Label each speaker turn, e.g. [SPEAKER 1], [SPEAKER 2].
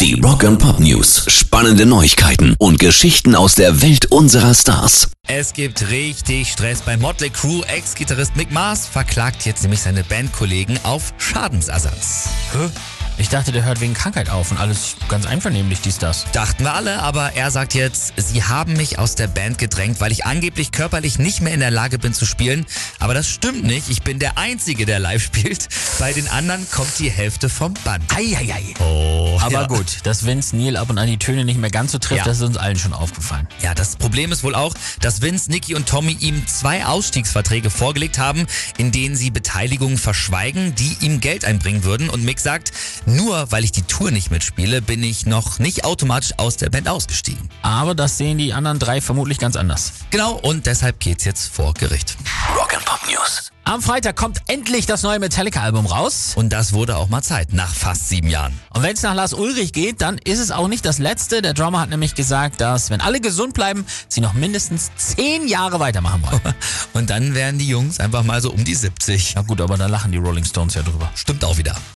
[SPEAKER 1] Die Rock and Pop News. Spannende Neuigkeiten und Geschichten aus der Welt unserer Stars.
[SPEAKER 2] Es gibt richtig Stress bei Motley Crue. Ex-Gitarrist Mick Mars verklagt jetzt nämlich seine Bandkollegen auf Schadensersatz.
[SPEAKER 3] Hä? Ich dachte, der hört wegen Krankheit auf und alles ganz einvernehmlich, dies, das.
[SPEAKER 2] Dachten wir alle, aber er sagt jetzt, sie haben mich aus der Band gedrängt, weil ich angeblich körperlich nicht mehr in der Lage bin zu spielen. Aber das stimmt nicht. Ich bin der Einzige, der live spielt. Bei den anderen kommt die Hälfte vom Band.
[SPEAKER 3] Eieiei.
[SPEAKER 2] Oh,
[SPEAKER 3] Aber
[SPEAKER 2] ja.
[SPEAKER 3] gut, dass Vince Neil ab und an die Töne nicht mehr ganz so trifft,
[SPEAKER 2] Ja.
[SPEAKER 3] das ist uns allen schon aufgefallen.
[SPEAKER 2] Ja, das Problem ist wohl auch, dass Vince, Nicky und Tommy ihm zwei Ausstiegsverträge vorgelegt haben, in denen sie Beteiligungen verschweigen, die ihm Geld einbringen würden. Und Mick sagt, nur weil ich die Tour nicht mitspiele, bin ich noch nicht automatisch aus der Band ausgestiegen.
[SPEAKER 3] Aber das sehen die anderen drei vermutlich ganz anders.
[SPEAKER 2] Genau, und deshalb geht's jetzt vor Gericht.
[SPEAKER 1] Rock and Pop News.
[SPEAKER 3] Am Freitag kommt endlich das neue Metallica-Album raus.
[SPEAKER 2] Und das wurde auch mal Zeit, nach fast sieben Jahren.
[SPEAKER 3] Und wenn es nach Lars Ulrich geht, dann ist es auch nicht das letzte. Der Drummer hat nämlich gesagt, dass, wenn alle gesund bleiben, sie noch mindestens zehn Jahre weitermachen wollen.
[SPEAKER 2] Und dann wären die Jungs einfach mal so um die 70.
[SPEAKER 3] Na gut, aber da lachen die Rolling Stones ja drüber.
[SPEAKER 2] Stimmt auch wieder.